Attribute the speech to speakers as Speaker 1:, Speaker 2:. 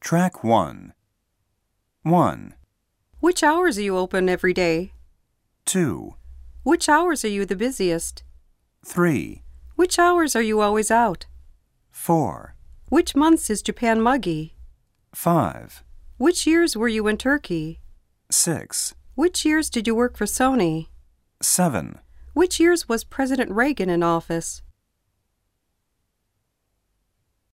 Speaker 1: Track 1. 1,
Speaker 2: Which hours are you open every day?
Speaker 1: 2,
Speaker 2: Which hours are you the busiest?
Speaker 1: 3,
Speaker 2: Which hours are you always out?
Speaker 1: 4,
Speaker 2: Which months is Japan muggy?
Speaker 1: 5,
Speaker 2: Which years were you in Turkey?
Speaker 1: 6,
Speaker 2: Which years did you work for Sony?
Speaker 1: 7,
Speaker 2: Which years was President Reagan in office?